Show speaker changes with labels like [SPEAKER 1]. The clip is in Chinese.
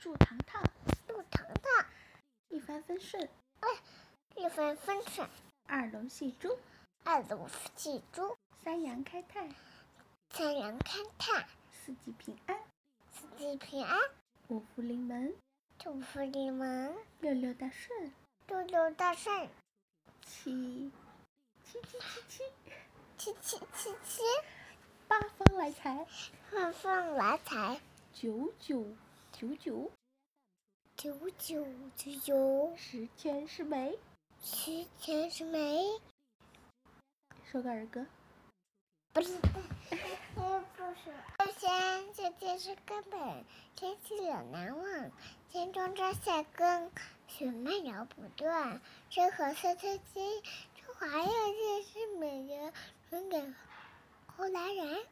[SPEAKER 1] 祝糖糖
[SPEAKER 2] 祝糖糖
[SPEAKER 1] 一帆风顺，
[SPEAKER 2] 一帆风顺，
[SPEAKER 1] 二龙戏珠，
[SPEAKER 2] 二龙戏珠，
[SPEAKER 1] 三阳开泰，
[SPEAKER 2] 三阳开泰，
[SPEAKER 1] 四季平安，
[SPEAKER 2] 四季平安，
[SPEAKER 1] 五福临门，
[SPEAKER 2] 祝福你们
[SPEAKER 1] 六六大顺，
[SPEAKER 2] 六六大顺，
[SPEAKER 1] 七七七七七，
[SPEAKER 2] 七七七七，
[SPEAKER 1] 八方来财，
[SPEAKER 2] 万凤来财，
[SPEAKER 1] 九九九九，
[SPEAKER 2] 九九九九，
[SPEAKER 1] 十全十美。
[SPEAKER 2] 十全十美。
[SPEAKER 1] 说个儿歌，
[SPEAKER 2] 不是，不是。首先，这件事根本天气冷难忘，天中朝下耕，雪漫饶不断。山河岁岁新，中华又见是美人，春给后来人。